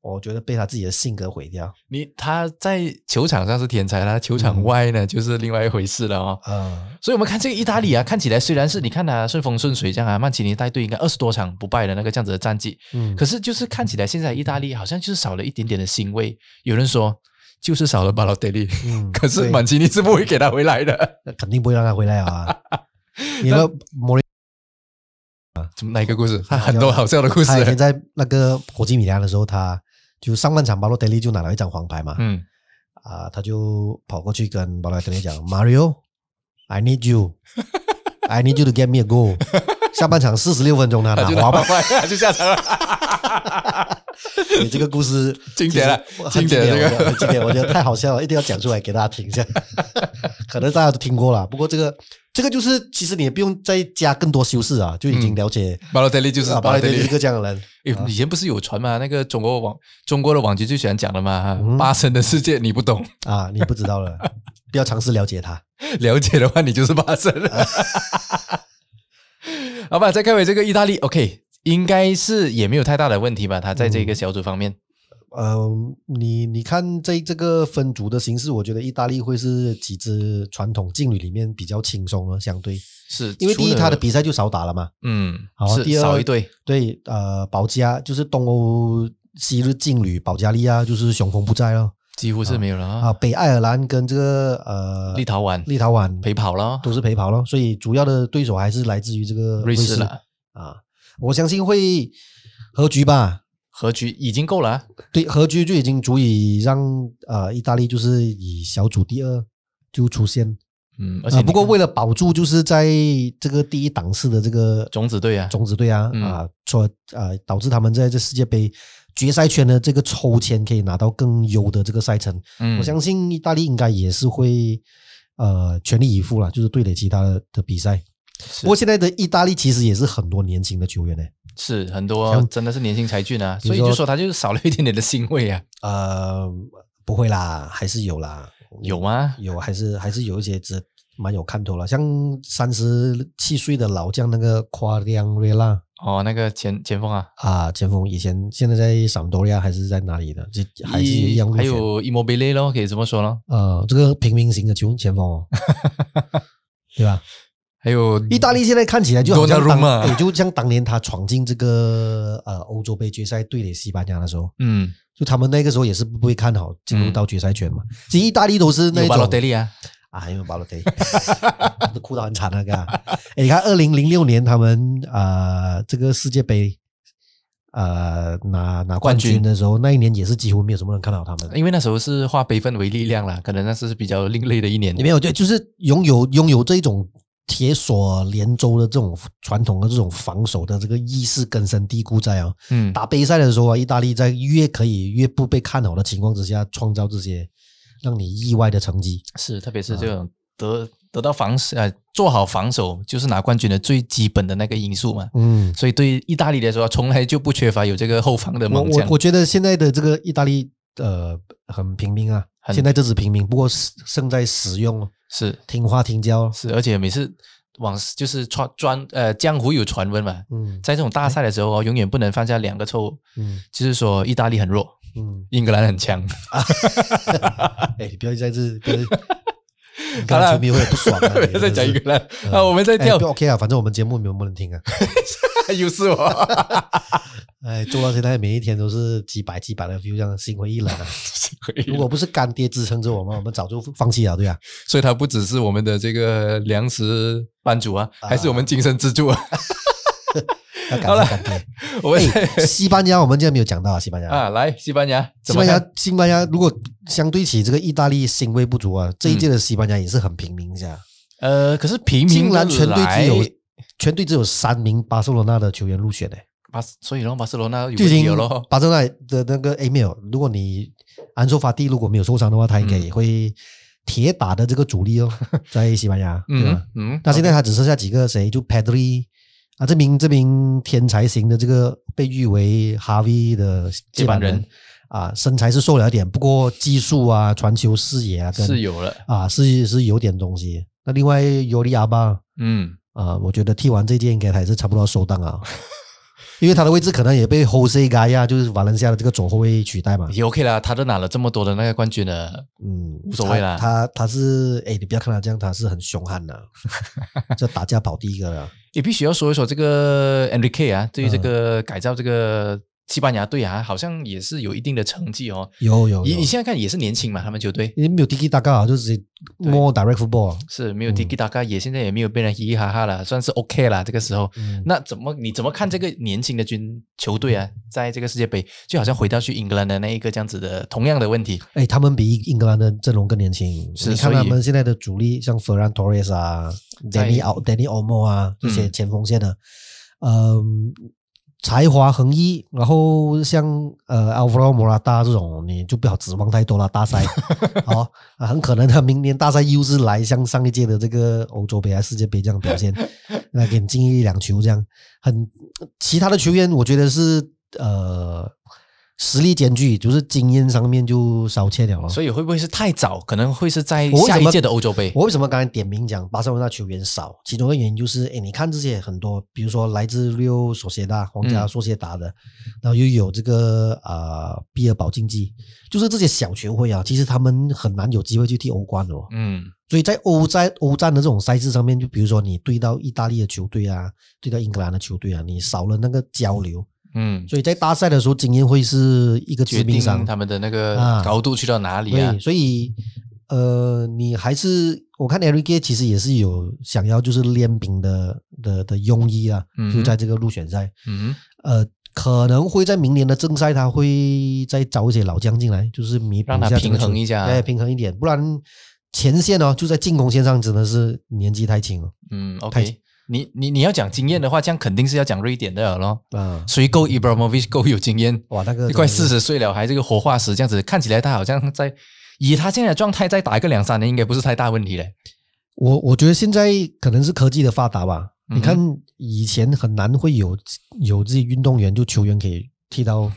Speaker 2: 我觉得被他自己的性格毁掉。
Speaker 1: 你他在球场上是天才啦，球
Speaker 2: 嗯
Speaker 1: 场外呢、就是另外一回事了哦。
Speaker 2: 呃，
Speaker 1: 所以，我们看这个意大利啊，看起来虽然是你看啊顺风顺水这样啊，曼奇尼带队应该二十多场不败的那个这样子的战绩，
Speaker 2: 嗯
Speaker 1: 可是就是看起来现在意大利好像就是少了一点点的欣慰。有人说就是少了巴洛特利， [LAUGHS]
Speaker 2: 嗯，
Speaker 1: 可是
Speaker 2: 对
Speaker 1: 曼奇尼是不会给他回来的。
Speaker 2: 那肯定不会让他回来 [LAUGHS] 啊。你说莫雷
Speaker 1: 怎么哪一个故事？他很多好笑的故事
Speaker 2: 他。以前在那个国际米兰的时候，他就上半场巴洛德利就拿了一张黄牌嘛，
Speaker 1: 嗯
Speaker 2: 啊，他就跑过去跟巴洛德利讲：“Mario，I need you，I need you to get me
Speaker 1: [LAUGHS]
Speaker 2: a goal。”下半场四十六分钟，他
Speaker 1: 他
Speaker 2: 拿
Speaker 1: 就
Speaker 2: 滑
Speaker 1: 拿
Speaker 2: 板
Speaker 1: 八，块，他 [LAUGHS] 就下场了。
Speaker 2: 你这个故事
Speaker 1: [LAUGHS] 经典了
Speaker 2: 其实很
Speaker 1: 经典啊这个
Speaker 2: 我觉得很经典，我觉得太好笑了，一定要讲出来给大家听
Speaker 1: [LAUGHS]
Speaker 2: 一下。可能大家都听过了，不过这个这个就是其实你也不用再加更多修饰啊，就已
Speaker 1: 嗯
Speaker 2: 经了解
Speaker 1: 巴洛特利就是
Speaker 2: 啊
Speaker 1: 巴
Speaker 2: 巴
Speaker 1: 洛
Speaker 2: 洛
Speaker 1: 特
Speaker 2: 德利
Speaker 1: 利
Speaker 2: [LAUGHS] 是一。个这样的人。
Speaker 1: 诶以前不是有传嘛？那个中国网中国的网剧最喜欢讲的嘛，[LAUGHS]
Speaker 2: 嗯
Speaker 1: 八成的世界你不懂，
Speaker 2: 啊，你不知道了， [LAUGHS] 不要尝试了解他。
Speaker 1: [LAUGHS] 了解的话你就是八成。
Speaker 2: [LAUGHS]
Speaker 1: 好吧，再看回这个意大利，OK，应该是也没有太大的问题吧？他在这个小组方面，
Speaker 2: 嗯，你你看这这个分组的形式，我觉得意大利会是几支传统劲旅里面比较轻松了，相对，
Speaker 1: 是
Speaker 2: 因为第
Speaker 1: 除
Speaker 2: 一
Speaker 1: 了
Speaker 2: 他的比赛就少打了嘛，
Speaker 1: 嗯
Speaker 2: 好
Speaker 1: 是
Speaker 2: 第二
Speaker 1: 少一队，
Speaker 2: 对，呃，保加就是东欧昔日劲旅保加利亚就是雄风不在了
Speaker 1: 几乎是没有了
Speaker 2: 啊，
Speaker 1: 啊。
Speaker 2: 北爱尔兰跟这个呃
Speaker 1: 立陶宛
Speaker 2: 立陶宛
Speaker 1: 陪跑了，啊
Speaker 2: 都是陪跑了，所以主要的对手还是来自于这个
Speaker 1: 瑞士
Speaker 2: 士
Speaker 1: 了，
Speaker 2: 啊，我相信会和局吧，
Speaker 1: 和局已经够了啊。
Speaker 2: 对，和局就已经足以让呃意大利就是以小组第二就出现，
Speaker 1: 嗯，而
Speaker 2: 而
Speaker 1: 且你
Speaker 2: 啊不过
Speaker 1: 看
Speaker 2: 为了保住就是在这个第一档次的这个
Speaker 1: 种子队啊，
Speaker 2: 种子队啊
Speaker 1: 嗯
Speaker 2: 啊，所呃导致他们在这世界杯决赛圈的这个抽签可以拿到更优的这个赛程，
Speaker 1: 嗯
Speaker 2: 我相信意大利应该也是会呃全力以赴啦，就是对垒其他的的比赛。
Speaker 1: 是
Speaker 2: 不过现在的意大利其实也是很多年轻的球员呢、
Speaker 1: 是很多
Speaker 2: 像
Speaker 1: 真的是年轻才俊啊，
Speaker 2: 比
Speaker 1: 所以
Speaker 2: 如
Speaker 1: 就
Speaker 2: 说
Speaker 1: 说他就是少了一点点的欣慰啊，
Speaker 2: 呃，不会啦，还是有啦，
Speaker 1: 有吗？
Speaker 2: 有还是还是有一些只蛮有看头了，像三十七岁的老将那个夸亮瑞拉
Speaker 1: 哦，那个前前锋啊，
Speaker 2: 啊，前锋以前现在在桑多利亚还是在哪里的，就还是有一
Speaker 1: 一
Speaker 2: 样入
Speaker 1: 还
Speaker 2: 选
Speaker 1: 有 Immobile 咯，可以这么说咯，
Speaker 2: 呃，这个平民型的球前锋、哦，
Speaker 1: [LAUGHS]
Speaker 2: 对吧？
Speaker 1: 还有
Speaker 2: 意大利现在看起来就好像
Speaker 1: Donnarumma
Speaker 2: 当，也就像当年他闯进这个呃欧洲杯决赛对垒西班牙的时候，
Speaker 1: 嗯，
Speaker 2: 就他们那个时候也是不被看好进入到决赛圈嘛。其实意大利都是那
Speaker 1: 有巴洛
Speaker 2: 种
Speaker 1: 德利啊，
Speaker 2: 啊，因为巴洛特 [LAUGHS] 都哭得很惨那个。哎，你看，二零零六年他们呃这个世界杯呃拿拿冠
Speaker 1: 冠军
Speaker 2: 军的时候，那一年也是几乎没有什么人看好他们。
Speaker 1: 因为那时候是化悲愤为力量啦，可能那是比较另类的一年
Speaker 2: 你。没有对，就是拥有拥有这种铁索连舟的这种传统的这种防守的这个意识根深蒂固在啊。
Speaker 1: 嗯，
Speaker 2: 打杯赛的时候啊，意大利在越可以越不被看好的情况之下，创造这些让你意外的成绩。
Speaker 1: 是，特别
Speaker 2: 啊
Speaker 1: 是这种得得到防呃做好防守，就是拿冠军的最基本的那个因素嘛。
Speaker 2: 嗯，
Speaker 1: 所以对意大利来说，从来就不缺乏有这个后防的
Speaker 2: 我
Speaker 1: 猛
Speaker 2: 我
Speaker 1: 将。
Speaker 2: 我觉得现在的这个意大利呃很平民啊，
Speaker 1: 很
Speaker 2: 现在这支平民，不过是胜在实用哦，
Speaker 1: 是
Speaker 2: 听话听教哦。
Speaker 1: 是，而且每次往就是传专呃江湖有传闻嘛，
Speaker 2: 嗯
Speaker 1: 在这种大赛的时候哦，永远不能犯下两个错误，
Speaker 2: 嗯
Speaker 1: 就是说意大利很弱， [LAUGHS]
Speaker 2: 嗯，
Speaker 1: 英格兰很强。
Speaker 2: 哎，你不要在这，
Speaker 1: [LAUGHS]
Speaker 2: 不要你
Speaker 1: 好
Speaker 2: 刚
Speaker 1: 了
Speaker 2: 才球迷会不爽
Speaker 1: [LAUGHS]
Speaker 2: 啊！
Speaker 1: 不要再讲英
Speaker 2: 一
Speaker 1: 格兰啊，我们再跳
Speaker 2: 不 OK 啊，反正我们节目你们不能听啊。
Speaker 1: 又是我，
Speaker 2: 哎，做到现在每一天都是几百几百的 view，这样心灰
Speaker 1: [LAUGHS]
Speaker 2: 意冷啊。如果不是干爹支撑着我们，我们早就放弃了，对啊吧、
Speaker 1: 所以他不只是我们的这个粮食班主啊，还是我们精神支柱啊。[LAUGHS]
Speaker 2: 要感谢干爹。
Speaker 1: 我们再
Speaker 2: 哎，西班牙我们今天没有讲到啊，西班牙
Speaker 1: 啊，来西班牙，
Speaker 2: 西
Speaker 1: 怎么
Speaker 2: 班
Speaker 1: 看
Speaker 2: 牙，西班牙如果相对起这个意大利欣慰不足啊，这一届的西班牙也是很平民一下，
Speaker 1: 呃，可是嗯平民
Speaker 2: 竟然
Speaker 1: 的
Speaker 2: 全队只有
Speaker 1: 来
Speaker 2: 全队只有三名巴塞罗那的球员入选呢、
Speaker 1: 巴斯，所以让巴塞罗那有
Speaker 2: 就
Speaker 1: 问
Speaker 2: 已
Speaker 1: 题
Speaker 2: 经
Speaker 1: 了咯。
Speaker 2: 巴塞罗那的那个 a m i l 如果你安索法蒂如果没有受伤的话，他应该
Speaker 1: 嗯
Speaker 2: 也会铁打的这个
Speaker 1: [LAUGHS]
Speaker 2: 主力哦，在西班牙，对吧
Speaker 1: 嗯？嗯，
Speaker 2: 那现在他只剩下几个谁？就 Pedri 啊，这名这名天才型的这个被誉为哈维的
Speaker 1: 接
Speaker 2: 接班
Speaker 1: 班
Speaker 2: 人
Speaker 1: 人
Speaker 2: 啊，身材是瘦了一点，不过技术啊、传球视野啊，跟
Speaker 1: 是有了，
Speaker 2: 啊是是有点东西。那另外尤利亚巴
Speaker 1: 嗯，
Speaker 2: 啊，我觉得踢完这届应该他也是差不多要收
Speaker 1: [LAUGHS]
Speaker 2: 档啊，因为他的位置可能也被 Jose Gaya 就是瓦伦西亚的这个左后卫取代嘛。
Speaker 1: 也 OK 啦，他都拿了这么多的那个冠军了，
Speaker 2: 嗯，
Speaker 1: 无所谓啦
Speaker 2: 他他他是哎，你不要看他这样，他是很凶
Speaker 1: [LAUGHS]
Speaker 2: 悍的，这打架跑第一个了。
Speaker 1: 嗯也必须要说一说这个 Enrique 啊，对于这个改造这个西班牙队啊，好像也是有一定的成绩哦。
Speaker 2: 有有
Speaker 1: 你
Speaker 2: 有
Speaker 1: 你，现在看也是年轻嘛，他们球队
Speaker 2: 也没有 Tiki 大啊，就是直接 more direct football。啊
Speaker 1: 是没有 Tiki t a 也现在也没有被人嘻嘻哈哈了，算是 OK 啦。这个时候，
Speaker 2: 嗯，
Speaker 1: 那怎么你怎么看这个年轻的军球队啊，在这个世界杯就好像回到去英格兰的那一个这样子的同样的问题，
Speaker 2: 哎，他们比英格兰的阵容更年轻。
Speaker 1: 是
Speaker 2: 你看
Speaker 1: 所
Speaker 2: 他
Speaker 1: 以
Speaker 2: 们现在的主力，像 Ferran Torres 啊
Speaker 1: 在
Speaker 2: ，Danny o Danny Olmo 啊，这些
Speaker 1: 嗯
Speaker 2: 前锋线的，嗯，才华横溢。然后像呃 Alvaro Morata 这种，你就不要指望太多了。大
Speaker 1: [LAUGHS]
Speaker 2: 赛，好、啊，很可能他明年大赛又是来像上一届的这个欧洲杯啊、世界杯这样表现，来给你进一两球这样。很其他的球员，我觉得是呃实力兼具，就是经验上面就少欠了咯。
Speaker 1: 所以会不会是太早？可能会是在
Speaker 2: 哦我为
Speaker 1: 下
Speaker 2: 什
Speaker 1: 一
Speaker 2: 么
Speaker 1: 届的欧洲杯。
Speaker 2: 我为什么刚才点名讲巴塞罗那球员少？其中一个原因就是，哎，你看这些很多，比如说来自六索谢达、皇家
Speaker 1: 嗯
Speaker 2: 索谢达的，然后又有这个呃毕尔堡竞技，就是这些小球会啊，其实他们很难有机会去踢欧冠的哦。
Speaker 1: 嗯，
Speaker 2: 所以在欧战欧战的这种赛事上面，就比如说你对到意大利的球队啊，对到英格兰的球队啊，你少了那个交流，
Speaker 1: 嗯，
Speaker 2: 所以在大赛的时候，经验会是一个
Speaker 1: 决
Speaker 2: 致命
Speaker 1: 定
Speaker 2: 伤。
Speaker 1: 他们的那个
Speaker 2: 啊
Speaker 1: 高度去到哪里啊
Speaker 2: 对，？所以呃，你还是我看 Eric 其实也是有想要就是练兵的的的用意啊，
Speaker 1: 嗯
Speaker 2: 就在这个入选赛，
Speaker 1: 嗯哼，
Speaker 2: 呃，可能会在明年的正赛，他会再找一些老将进来，就是弥补
Speaker 1: 让
Speaker 2: 一
Speaker 1: 他
Speaker 2: 下这个
Speaker 1: 平衡
Speaker 2: 球
Speaker 1: 一下
Speaker 2: 对，平衡一点，不然前线哦就在进攻线上真的是年纪太轻了哦
Speaker 1: 嗯
Speaker 2: 太
Speaker 1: ，OK。你你你要讲经验的话，这样肯定是要讲瑞典的了咯。
Speaker 2: 啊。
Speaker 1: 谁够 Ibrahimovic 够有经验？
Speaker 2: 哇，那个
Speaker 1: 嗯快
Speaker 2: 真的是
Speaker 1: 四十岁了，还这个活化石这样子，看起来他好像在以他现在的状态再打一个两三年，应该不是太大问题嘞。
Speaker 2: 我我觉得现在可能是科技的发达吧。
Speaker 1: 嗯哼
Speaker 2: 你看以前很难会有有这些运动员就球员可以踢到
Speaker 1: 这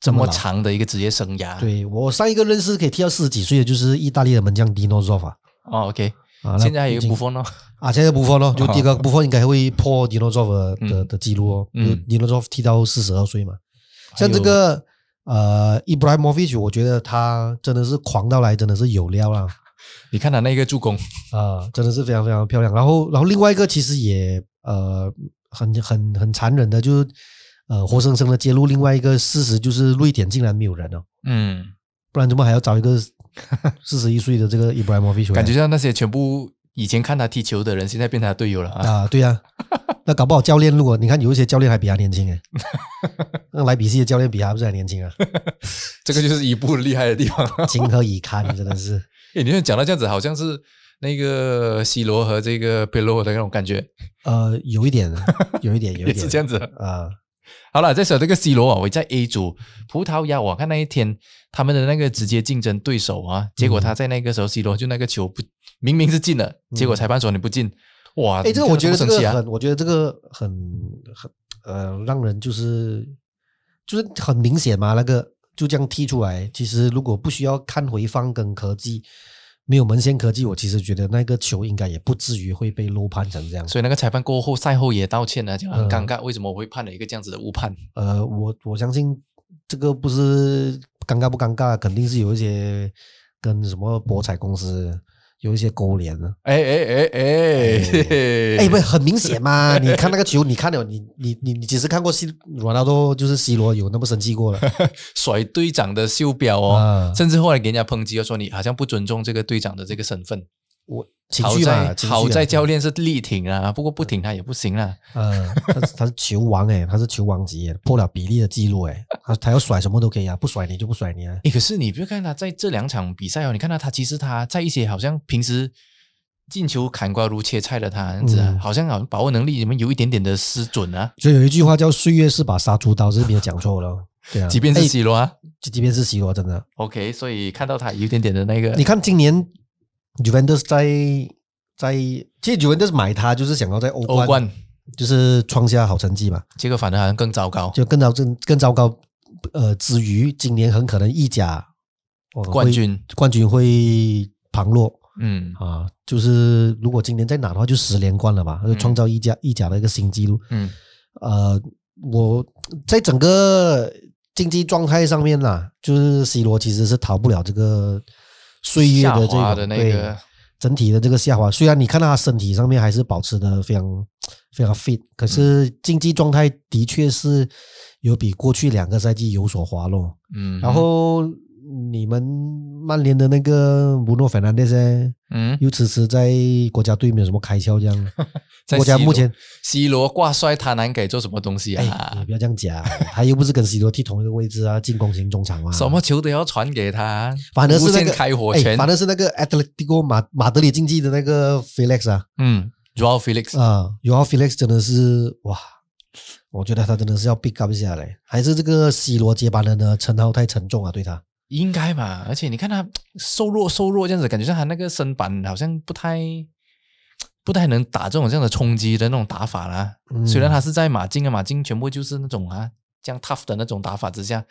Speaker 2: 这么
Speaker 1: 么啊
Speaker 2: 老。
Speaker 1: 长的一个职业生涯，
Speaker 2: 对我上一个认识可以踢到四十几岁的，就是意大利的门将 Dino Zoff 啊。
Speaker 1: 哦，OK，
Speaker 2: 啊那
Speaker 1: 现在还有
Speaker 2: 已经
Speaker 1: 部分哦，
Speaker 2: 啊，现在不分咯，就
Speaker 1: 哦
Speaker 2: 第二个部分应该会破 Dino Zoff 的的
Speaker 1: 嗯
Speaker 2: 的记录哦。
Speaker 1: 嗯哎
Speaker 2: 就 Dino Zoff 踢到四十二岁嘛。
Speaker 1: 还有
Speaker 2: 像这个呃 Ibrahimovic，我觉得他真的是狂到来，真的是有料啦。
Speaker 1: 你看他那个助攻，
Speaker 2: 啊，真的是非常非常漂亮。然后，然后另外一个其实也呃很很很残忍的，就是呃活生生的揭露另外一个事实，就是瑞典竟然没有人哦，
Speaker 1: 嗯，
Speaker 2: 不然怎么还要找一个四十一岁的这个 Ibrahimovic？
Speaker 1: 感觉像那些全部以前看他踢球的人，现在变成他队友了啊。
Speaker 2: 啊，
Speaker 1: [LAUGHS]
Speaker 2: 对呀、啊，那搞不好教练如果你看有一些教练还比他
Speaker 1: [LAUGHS]
Speaker 2: 年轻哎，那莱比锡的教练比他不是还年轻啊？
Speaker 1: 这个就是一部厉害的地方。 [LAUGHS]
Speaker 2: 情何以堪，真的是。
Speaker 1: 诶你看讲到这样子，好像是那个 C 罗和这个贝洛的那种感觉，
Speaker 2: 呃，有一点，有
Speaker 1: [LAUGHS]
Speaker 2: 一点，有一
Speaker 1: 也是这
Speaker 2: 点
Speaker 1: 样子。
Speaker 2: 啊，
Speaker 1: 好了，再说这个 C 罗啊，我在 A 组，葡萄牙，我看那一天他们的那个直接竞争对手啊，结果他在那个时候 C 罗就那个球不明明是进了，结果裁判说你不进，哇！
Speaker 2: 嗯哎，这个
Speaker 1: 你看他
Speaker 2: 我觉得
Speaker 1: 多
Speaker 2: 这
Speaker 1: 生气
Speaker 2: 个
Speaker 1: 啊，
Speaker 2: 很，我觉得这个很很呃，让人就是就是很明显嘛，那个就这样踢出来。其实如果不需要看回放跟科技，没有门线科技，我其实觉得那个球应该也不至于会被漏判成这样。
Speaker 1: 所以那个裁判过后赛后也道歉了，就
Speaker 2: 嗯
Speaker 1: 很尴尬，为什么我会判了一个这样子的误判？
Speaker 2: 呃，我我相信这个不是尴尬不尴尬，肯定是有一些跟什么博彩公司有一些勾连的。
Speaker 1: 哎哎哎哎，嘿嘿
Speaker 2: 哎，不，很明显
Speaker 1: [LAUGHS]
Speaker 2: 嘛！你看那个球，你看了，你你你你只是看过 C 罗纳多，就是 C 罗有那么生气过了。
Speaker 1: 甩队长的袖标 [LAUGHS] 哦，
Speaker 2: 啊
Speaker 1: 甚至后来给人家抨击，又说你好像不尊重这个队长的这个身份。
Speaker 2: 我情
Speaker 1: 好
Speaker 2: 绪嘛，
Speaker 1: 在
Speaker 2: 情绪
Speaker 1: 好
Speaker 2: 啊
Speaker 1: 在教，练是力挺啊，不过不挺他也不行啊啦。
Speaker 2: 呃，他是他是球王哎、他是球王级耶、破了比利的记录哎、他他要甩什么都可以啊，不甩你就不甩你啊。
Speaker 1: 诶，可是你不要看他在这两场比赛哦，你看到他其实他在一些好像平时进球砍瓜如切菜的他这样子啊，
Speaker 2: 嗯
Speaker 1: 好像好像把握能力里面有一点点的失准啊，
Speaker 2: 所以有一句话叫“岁月是把杀猪刀”，这是没有讲错了。对啊，
Speaker 1: 即便是
Speaker 2: 哎
Speaker 1: C 罗啊。
Speaker 2: 即即便是 C 罗，真的，
Speaker 1: OK，所以看到他有一点点的那个，
Speaker 2: 你看今年 Juventus 在在，其实 Juventus 买他就是想要在欧
Speaker 1: 欧冠，
Speaker 2: 就是创下好成绩嘛，
Speaker 1: 结果反而好像更糟糕。
Speaker 2: 就更糟更更糟糕。呃，之余今年很可能意甲、哦
Speaker 1: 冠军
Speaker 2: 会冠军会旁落，
Speaker 1: 嗯
Speaker 2: 啊，就是如果今年再拿的话，就十连冠了嘛，就创造意甲意甲的一个新纪录。
Speaker 1: 嗯
Speaker 2: 呃，我在整个竞技状态上面啦，就是 C 罗其实是逃不了这个岁月的这
Speaker 1: 下滑
Speaker 2: 种
Speaker 1: 的那
Speaker 2: 对
Speaker 1: 个
Speaker 2: 整体的这个下滑。虽然你看到他身体上面还
Speaker 1: 嗯
Speaker 2: 是保持的非常非常 fit，可是竞技状态的确是有比过去两个赛季有所滑落。
Speaker 1: 嗯，
Speaker 2: 然后你们曼联的那个布诺费南德斯
Speaker 1: 嗯，
Speaker 2: 又迟迟在国家队没有什么开窍，这样
Speaker 1: [LAUGHS] 在
Speaker 2: 国家
Speaker 1: C
Speaker 2: 目
Speaker 1: 罗
Speaker 2: 前
Speaker 1: C 罗挂帅，他能给做什么东西
Speaker 2: 哎，
Speaker 1: 啊
Speaker 2: 你？不要这样讲，他又不是跟 C 罗踢同一个位置啊，进攻型中场啊，
Speaker 1: 什么球都要传给他，
Speaker 2: 反而是
Speaker 1: 无
Speaker 2: 那
Speaker 1: 限
Speaker 2: 个
Speaker 1: 开火
Speaker 2: 哎
Speaker 1: 权。
Speaker 2: 反而是那个 Atletico 马马德里竞技的那个 Felix 啊，
Speaker 1: 嗯 r a w Felix，
Speaker 2: 啊、有 y o Felix 真的是哇，我觉得他真的是要 pick up 一下嘞，还是这个 C 罗接班人的称号太沉重啊，对他。
Speaker 1: 应该嘛？而且你看他瘦弱瘦弱这样子，感觉上他那个身板好像不太不太能打这种这样的冲击的那种打法啦。
Speaker 2: 嗯
Speaker 1: 虽然他是在马竞啊，马竞全部就是那种啊这样 tough 的那种打法之下，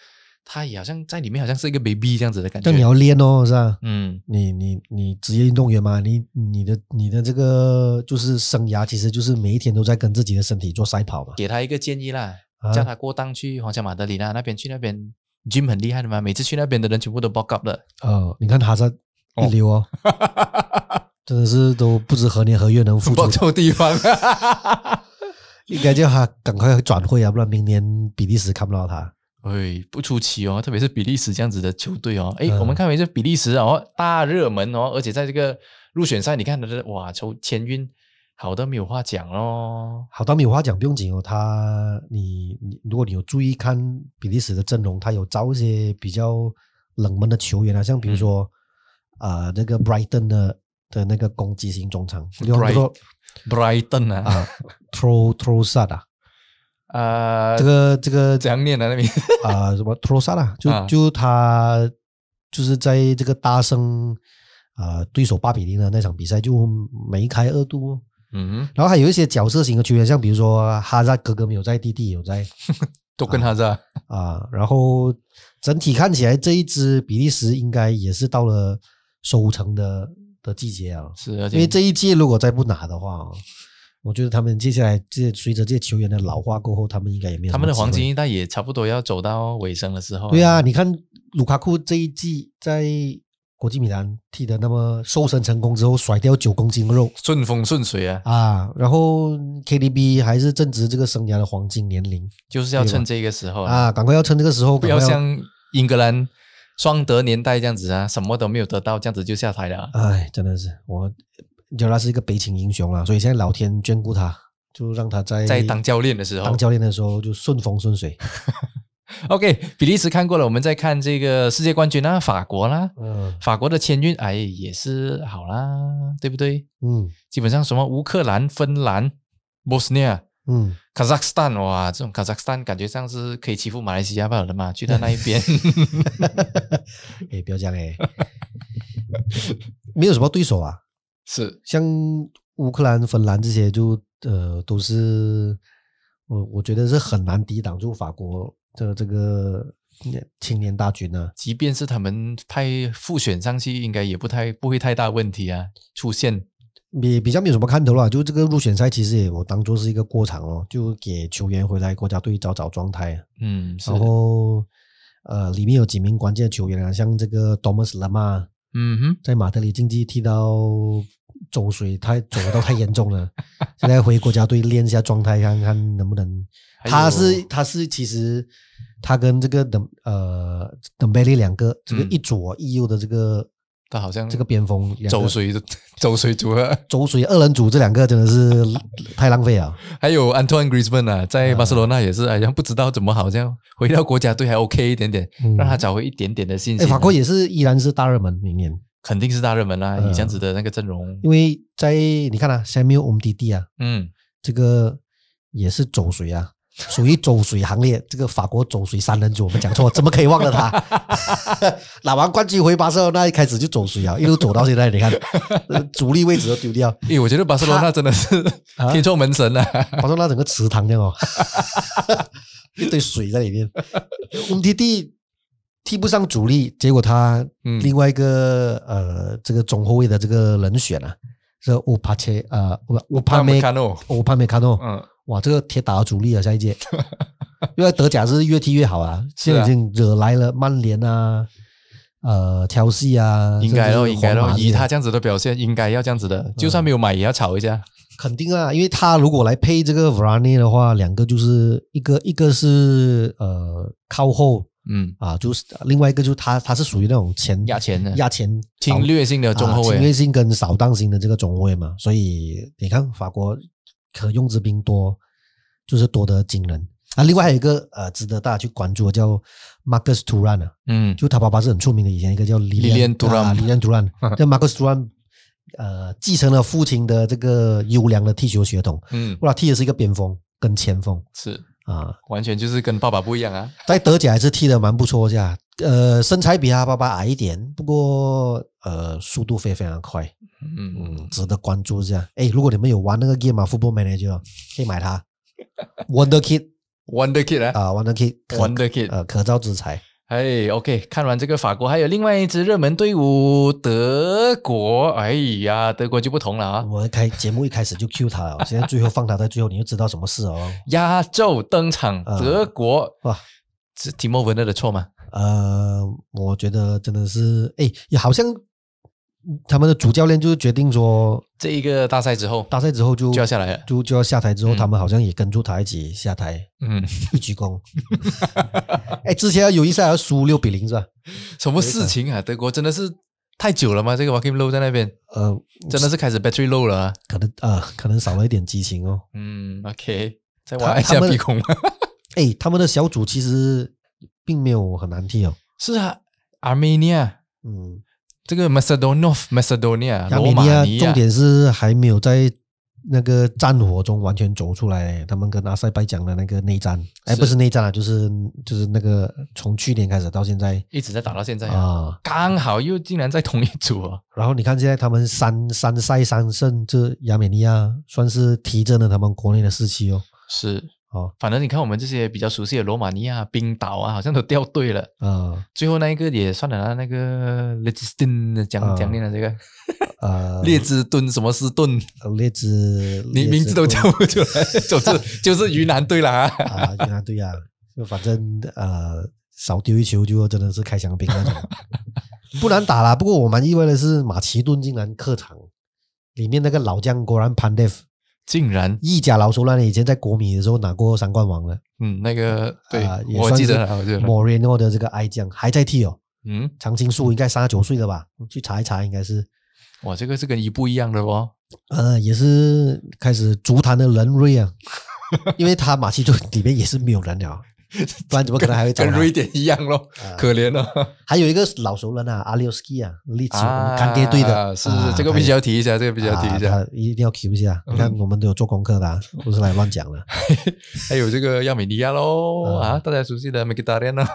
Speaker 1: 他也好像在里面好像是一个 baby 这样子的感觉
Speaker 2: 但你。要练哦，是吧？
Speaker 1: 嗯
Speaker 2: 你你你职业运动员嘛，你你的你的这个就是生涯，其实就是每一天都在跟自己的身体做赛跑嘛。
Speaker 1: 给他一个建议啦，
Speaker 2: 啊
Speaker 1: 叫他过档去皇家马德里那那边去那边 gym 很厉害的嘛，每次去那边的人全部都 b o k up 了。
Speaker 2: 呃，你看哈萨
Speaker 1: 哦
Speaker 2: 一流
Speaker 1: [LAUGHS]
Speaker 2: 哦，真的是都不知何年何月能复
Speaker 1: 报
Speaker 2: 出，
Speaker 1: 错地方， [LAUGHS]
Speaker 2: 应该叫他赶快转会啊，不然明年比利时看不到他。
Speaker 1: 哎，不出奇哦，特别是比利时这样子的球队哦，哎，
Speaker 2: 嗯
Speaker 1: 我们看回这比利时哦，大热门哦，而且在这个入选赛，你看的哇，球前运好的没有话讲咯。
Speaker 2: 好，当米花奖不用紧哦，他你你，如果你有注意看比利时的阵容，他有招一些比较冷门的球员啊，像比如
Speaker 1: 嗯
Speaker 2: 说啊、呃那个 Brighton 的的那个攻击型中场，比如
Speaker 1: Bright-
Speaker 2: 说
Speaker 1: Brighton 啊，
Speaker 2: 啊 Tro Trossard 啊，
Speaker 1: 呃，
Speaker 2: 这个
Speaker 1: [LAUGHS]
Speaker 2: 这个
Speaker 1: 怎样念的那
Speaker 2: [LAUGHS]
Speaker 1: 边？
Speaker 2: 啊、什么 Trossard 啊，
Speaker 1: 啊
Speaker 2: 就就他就是在这个大胜啊、呃对手八比零的那场比赛就梅开二度、哦。
Speaker 1: 嗯，
Speaker 2: 然后还有一些角色型的球员，像比如说哈扎哥哥没有在，弟弟有在，
Speaker 1: 都跟他这样
Speaker 2: 啊，然后整体看起来这一支比利时应该也是到了收成的的季节啊，
Speaker 1: 是，而
Speaker 2: 因为
Speaker 1: 且
Speaker 2: 这一届如果再不拿的话、哦，我觉得他们接下来这随着这些球员的老化过后，他们应该也没有
Speaker 1: 他们的
Speaker 2: 什么
Speaker 1: 黄
Speaker 2: 机会
Speaker 1: 金一哦代也差不多要走到尾声的时候。
Speaker 2: 对啊，，你看卢卡库这一季在国际米兰踢的那么瘦身成功之后，甩掉九公斤肉
Speaker 1: 顺风顺水啊，
Speaker 2: 啊，然后 KDB 还是正值这个生涯的黄金年龄
Speaker 1: 就是要
Speaker 2: 对吧
Speaker 1: 趁这个时候啊。
Speaker 2: 啊，赶快要趁这个时候，
Speaker 1: 不
Speaker 2: 赶
Speaker 1: 要
Speaker 2: 快要
Speaker 1: 像英格兰双德年代这样子啊，什么都没有得到，这样子就下台了啊。
Speaker 2: 哎，真的是我，觉得他是一个悲情英雄啦，所以现在老天眷顾他，就让他在
Speaker 1: 在当教练的时候
Speaker 2: 当教练的时候就顺风顺水。
Speaker 1: ，OK，比利时看过了，我们再看这个世界冠军啦，法国啦，
Speaker 2: 嗯
Speaker 1: 法国的签运哎也是好啦，对不对？
Speaker 2: 嗯
Speaker 1: 基本上什么乌克兰、芬兰、Bosnia、 [LAUGHS]
Speaker 2: 嗯，
Speaker 1: Kazakhstan，哇，这种 Kazakhstan 感觉上是可以欺负马来西亚罢了嘛，去到那一
Speaker 2: [LAUGHS]
Speaker 1: 边，
Speaker 2: 哎，不要这样哎，没有什么对手啊，
Speaker 1: 是
Speaker 2: 像乌克兰、芬兰这些就呃都是，我我觉得是很难抵挡住法国的这个青年大军啊呢、
Speaker 1: 即便是他们派复选上去，应该也不太不会太大问题啊，出现
Speaker 2: 比比较没有什么看头啦，就这个入选赛，其实也我当做是一个过场咯，就给球员回来国家队找找状态啊。
Speaker 1: 嗯，是
Speaker 2: 然后呃，里面有几名关键的球员啊，像这个 Thomas Lama
Speaker 1: 嗯哼。
Speaker 2: 在马德里竞技踢到走水太走到太严
Speaker 1: [LAUGHS]
Speaker 2: 重了，现在回国家队练一下状态，看看能不能。
Speaker 1: 还有
Speaker 2: 他是他是其实他跟这个等呃等贝利两个这个
Speaker 1: 嗯
Speaker 2: 一左一右的这个
Speaker 1: 他好像
Speaker 2: 这个边锋两个
Speaker 1: 走水的走水族啊了，
Speaker 2: 走水二人组这两个真的是
Speaker 1: [LAUGHS]
Speaker 2: 太浪费啊了。
Speaker 1: 还有 Antoine Griezmann 啊，在巴塞罗那也是，好像不知道怎么好像回到国家队还 OK 一点点，
Speaker 2: 嗯
Speaker 1: 让他找回一点点的信
Speaker 2: 哎，
Speaker 1: 心。啊
Speaker 2: 法国也是依然是大热门，明年，
Speaker 1: 肯定是大热门啦，
Speaker 2: 嗯
Speaker 1: 以这样子的那个阵容
Speaker 2: 因，为在你看啊，Samuel o m d d 啊，
Speaker 1: 嗯，
Speaker 2: 这个也是走水
Speaker 1: [LAUGHS]
Speaker 2: 啊，属于走水行列。这个法国走水三人组，我们讲错，怎么可以忘
Speaker 1: [LAUGHS]
Speaker 2: 了他？拿完冠军回巴塞罗那，一开始就走水啊，一路走到现在，你看呃主力位置都丢
Speaker 1: [LAUGHS]
Speaker 2: 掉，
Speaker 1: 诶，我觉得巴塞罗那真的是
Speaker 2: 啊
Speaker 1: 踢错门神了、
Speaker 2: 巴塞罗那整个池塘
Speaker 1: [LAUGHS]
Speaker 2: 这样哦，一堆水在里面。o m d d 踢不上主力，结果他
Speaker 1: 嗯
Speaker 2: 另外一个、呃这个中后卫的这个人选啊，是乌帕切呃不乌帕梅
Speaker 1: 看哦，
Speaker 2: 乌帕梅卡诺，
Speaker 1: 嗯，
Speaker 2: 哇，这个铁打主力啊，下
Speaker 1: [LAUGHS]
Speaker 2: 一届，因为德甲是越踢越好啊，
Speaker 1: 是
Speaker 2: 现
Speaker 1: 啊
Speaker 2: 在已经惹来了曼联啊，呃，切尔西啊，
Speaker 1: 应该
Speaker 2: 甚
Speaker 1: 咯，
Speaker 2: 至是嗯
Speaker 1: 应该
Speaker 2: 皇
Speaker 1: 咯，
Speaker 2: 马这
Speaker 1: 以
Speaker 2: 些
Speaker 1: 他这样子的表现，应该要这样子的，就算没有买也要炒一下。
Speaker 2: 肯定啊，因为他如果来配这个 Varane 的话，两个就是一个一个是呃靠后
Speaker 1: 嗯，
Speaker 2: 啊，就是另外一个就是他他是属于那种前
Speaker 1: 压前的
Speaker 2: 压前扫
Speaker 1: 侵略性的呃中后
Speaker 2: 啊、侵略
Speaker 1: 卫，
Speaker 2: 性跟扫荡型的这个中后卫嘛，所以你看法国可用之兵多，就是多得惊人。啊，另外还有一个呃，值得大家去关注的叫 Marcus Turan 啊，
Speaker 1: 嗯，
Speaker 2: 就他爸爸是很出名的，以前一个叫
Speaker 1: Lilian Thuram
Speaker 2: 啊
Speaker 1: [LAUGHS]
Speaker 2: Lilian Turan，叫 Marcus Turan，呃，继承了父亲的这个优良的踢球血统，
Speaker 1: 嗯，
Speaker 2: 哇，踢的是一个边锋跟前锋
Speaker 1: 是
Speaker 2: 啊，
Speaker 1: 完全就是跟爸爸不一样啊，
Speaker 2: 在德甲还是踢的蛮不错的呀，呃，身材比他爸爸矮一点，不过呃，速度非非常快，
Speaker 1: 嗯，
Speaker 2: 嗯，值得关注一下。哎，如果你们有玩那个 game 啊，Football Manager，哦可以买它。Wonder Kid
Speaker 1: Wonder Kid 啊
Speaker 2: 啊、w o n d e r Kid 可
Speaker 1: ，Wonder Kid，
Speaker 2: 呃可造之材。
Speaker 1: 哎，OK，看完这个法国，还有另外一支热门队伍德国。哎呀，德国就不同了啊，
Speaker 2: 我们开节目一开始就 Q 他了，现在最后放他在最后，你就知道什么事哦。
Speaker 1: 压轴登场，
Speaker 2: 啊
Speaker 1: 德国。
Speaker 2: 哇，
Speaker 1: 是提莫文勒的错吗？
Speaker 2: 呃，我觉得真的是，哎，也好像他们的主教练就是决定说，
Speaker 1: 这一个大赛之后，
Speaker 2: 大赛之后就
Speaker 1: 就要下来了
Speaker 2: 就就要下台之后，
Speaker 1: 嗯
Speaker 2: 他们好像也跟住他一起下台，
Speaker 1: 嗯，
Speaker 2: 一鞠 [LAUGHS] 躬。哎，之前有一赛要输六比零是吧？
Speaker 1: 什么事情啊？德国真的是太久了吗？这个 Joakim Low 在那边
Speaker 2: 呃，
Speaker 1: 真的是开始 battery low 了啊。
Speaker 2: 可能呃，可能少了一点激情哦。
Speaker 1: 嗯，OK，再
Speaker 2: 他
Speaker 1: 挖一
Speaker 2: 他
Speaker 1: 下
Speaker 2: 们
Speaker 1: 鼻孔吧。
Speaker 2: 哎，他们的小组其实并没有很难踢哦。
Speaker 1: [LAUGHS] 是啊，Armenia
Speaker 2: 嗯，
Speaker 1: 这个 Macedonov Macedonia
Speaker 2: 亚
Speaker 1: 罗
Speaker 2: 美
Speaker 1: 马
Speaker 2: 尼亚
Speaker 1: 尼亚
Speaker 2: 重点是还没有在那个战火中完全走出来，他们跟阿塞拜疆的那个内战，哎，
Speaker 1: 是
Speaker 2: 不是内战啊，就是就是那个从去年开始到现在
Speaker 1: 一直在打到现在啊，
Speaker 2: 啊。
Speaker 1: 刚好又竟然在同一组啊。
Speaker 2: 然后你看现在他们三三赛三胜，这亚美尼亚算是提振了他们国内的士气哦。
Speaker 1: 是，
Speaker 2: 哦
Speaker 1: 反正你看我们这些比较熟悉的罗马尼亚、冰岛啊，好像都掉队了。
Speaker 2: 啊
Speaker 1: 最后那一个也算了啦，那个列支敦讲
Speaker 2: 啊
Speaker 1: 讲念了这个
Speaker 2: 呃，
Speaker 1: 列支敦什么斯顿，
Speaker 2: 列支，
Speaker 1: 你
Speaker 2: 列
Speaker 1: 名
Speaker 2: 支
Speaker 1: 字都
Speaker 2: 敦
Speaker 1: 叫不出来，
Speaker 2: [LAUGHS]
Speaker 1: 总之就是云南队啦。
Speaker 2: 啊，对啊，对啊，就反正呃，少丢一球就真的是开香槟那种，不难打啦。不过我蛮意外的是，马其顿竟然客场里面那个老将果然潘德夫，
Speaker 1: 竟然，
Speaker 2: 意甲老熟人，以前在国米的时候拿过三冠王了。
Speaker 1: 嗯，那个对
Speaker 2: 啊，也
Speaker 1: 我
Speaker 2: 算
Speaker 1: 记
Speaker 2: 是
Speaker 1: 得了，我记得了。
Speaker 2: 莫雷诺的这个爱将还在踢哦，
Speaker 1: 嗯，
Speaker 2: 常青树应该三十九岁了吧？去查一查，应该是
Speaker 1: 哇，这个是跟一不一样的哦。
Speaker 2: 呃，也是开始足坛的人瑞啊，因为他马其顿里面也是没有人了，啊不然怎么可能还会找
Speaker 1: 跟
Speaker 2: 他
Speaker 1: 瑞典一样咯，
Speaker 2: 啊
Speaker 1: 可怜哦
Speaker 2: [LAUGHS]
Speaker 1: 了。
Speaker 2: 还有一个老熟人啊，阿利奥斯基啊，利兹、我们干爹队的，
Speaker 1: 是
Speaker 2: 啊
Speaker 1: 是，这个必须要提一下，这个必须要提一，
Speaker 2: 他
Speaker 1: 下。嗯
Speaker 2: 啊他一定要 Q 一下。你看，我们都有做功课的、啊，不是来乱讲的。
Speaker 1: 还哎有这个亚美尼亚咯，
Speaker 2: 啊
Speaker 1: 啊，大家熟悉的啊 m 吉 g 连 a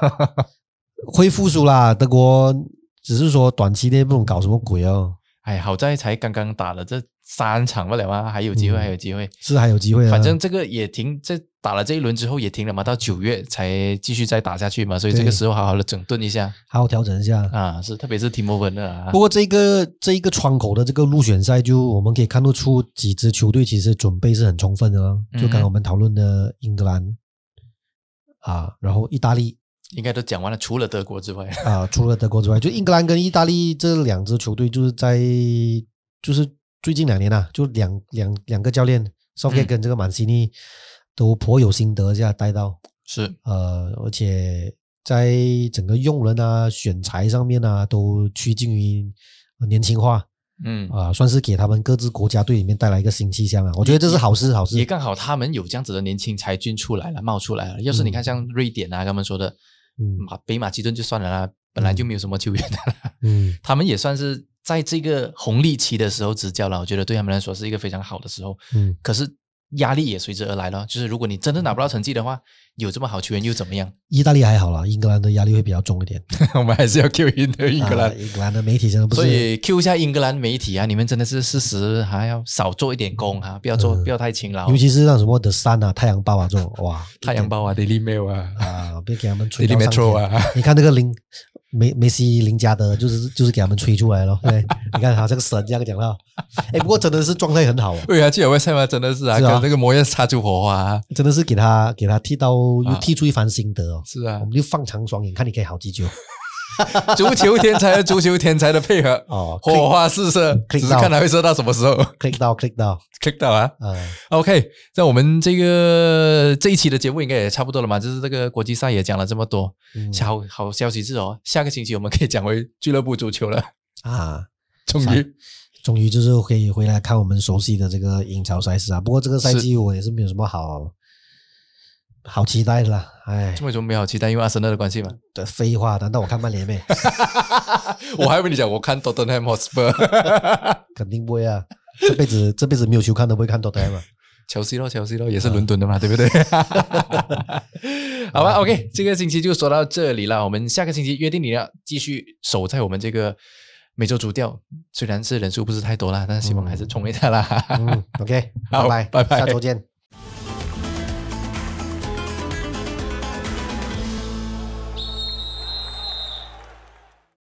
Speaker 2: 会复苏啦，德国只是说短期内不懂搞什么鬼哦，
Speaker 1: [LAUGHS] 哎，好在才刚刚打了这三场不了啊，还有机会，
Speaker 2: 嗯
Speaker 1: 还有机会。
Speaker 2: 是还有机会的。啊
Speaker 1: 反正这个也停，这打了这一轮之后也停了嘛，到九月才继续再打下去嘛，所以这个
Speaker 2: 对
Speaker 1: 时候好好的整顿一下
Speaker 2: 好好调整一下。
Speaker 1: 啊，是特别是提莫文的啊
Speaker 2: 不，过这个这一个窗口的这个入选赛，就我们可以看得出几支球队其实准备是很充分的哦。就
Speaker 1: 嗯
Speaker 2: 刚
Speaker 1: 哼
Speaker 2: 刚我们讨论的英格兰啊，然后意大利
Speaker 1: 应该都讲完了，除了德国之外，
Speaker 2: 啊、除了德国之外，就英格兰跟意大利这两支球队，就是在就是最近两年啊，就两两两个教练 s o f i
Speaker 1: 嗯
Speaker 2: 跟这个曼西尼都颇有心得这样带到，
Speaker 1: [LAUGHS] 是
Speaker 2: 呃，而且在整个用人啊、选材上面啊，都趋近于呃年轻化
Speaker 1: 嗯。
Speaker 2: 啊、算是给他们各自国家队里面带来一个新气象啊。我觉得这是好事，好
Speaker 1: 也
Speaker 2: 事。
Speaker 1: 刚好他们有这样子的年轻才俊出来了，冒出来了。要是你看像瑞典啊，他们说的
Speaker 2: 嗯
Speaker 1: 马北马其顿就算了啦，本来就没有什么球员的啦，
Speaker 2: 嗯，
Speaker 1: 他们也算是在这个红利期的时候执教了。我觉得对他们来说是一个非常好的时候，
Speaker 2: 嗯
Speaker 1: 可是压力也随之而来了。就是如果你真的拿不到成绩的话，有这么好球员又怎么样？
Speaker 2: 意大利还好啦，英格兰的压力会比较重一点。
Speaker 1: [LAUGHS] 我们还是要 Q 英的英格兰
Speaker 2: 啊。英格兰的媒体真的不是
Speaker 1: 所以 Q 一下英格兰媒体啊，你们真的是事实还要少做一点工啊，不要做、
Speaker 2: 嗯
Speaker 1: 不要太勤劳
Speaker 2: 尤。其是像什么的山啊、太阳报啊
Speaker 1: [LAUGHS]
Speaker 2: 这种，哇，
Speaker 1: 太阳报啊，Daily [LAUGHS] Mail 啊
Speaker 2: 啊，别给他们吹
Speaker 1: ，Daily
Speaker 2: 到上
Speaker 1: Metro
Speaker 2: 天。
Speaker 1: 啊，
Speaker 2: 你看那个林梅梅西、林加德，就是就是给他们吹出来了。
Speaker 1: [LAUGHS]
Speaker 2: 对，你看他这个神这样讲了，哎，不过真的是状态很好哦，
Speaker 1: [LAUGHS] 对啊，去海外赛嘛，真的是啊，
Speaker 2: 是
Speaker 1: 跟
Speaker 2: 啊
Speaker 1: 那个魔焰擦出火花、啊。
Speaker 2: 真的是给他给他踢到又
Speaker 1: 啊
Speaker 2: 踢出一番心得哦。
Speaker 1: 是啊
Speaker 2: 我，们就放长双眼，看你可以好几久。
Speaker 1: 足球天才和足球天才的配合， [LAUGHS]
Speaker 2: 哦
Speaker 1: 火花四射，只
Speaker 2: click
Speaker 1: 是
Speaker 2: 到
Speaker 1: 看他会射到什么时候 [LAUGHS]
Speaker 2: ，click 到 click 到，
Speaker 1: click 到啊。
Speaker 2: 嗯
Speaker 1: OK，在我们这个这一期的节目应该也差不多了嘛，就是这个国际赛也讲了这么多，
Speaker 2: 嗯
Speaker 1: 下好好消息是哦，下个星期我们可以讲回俱乐部足球了，
Speaker 2: 啊，
Speaker 1: 终于
Speaker 2: 终于就是可以回来看我们熟悉的这个英超赛事啊。不过这个赛季我也是没有什么好好期待的啦。哎
Speaker 1: 这，么久没好期待，因为阿森纳的关
Speaker 2: [LAUGHS]
Speaker 1: 系嘛。
Speaker 2: 这废话，难道我看曼联没？ [LAUGHS]
Speaker 1: 我还以为你讲我看 Tottenham Hotspur，
Speaker 2: 肯定不会啊！这辈子这辈子没有球看都不会看多特嘛。
Speaker 1: 乔西咯，乔西咯，也是伦敦的嘛，对不对？好吧，OK，这个星期就说到这里了。我们下个星期约定你要继续守在我们这个每周主调，虽然是人数不是太多啦，但是希望还是冲一下啦。
Speaker 2: 嗯，OK，
Speaker 1: 好
Speaker 2: 拜
Speaker 1: 拜拜
Speaker 2: 下周见。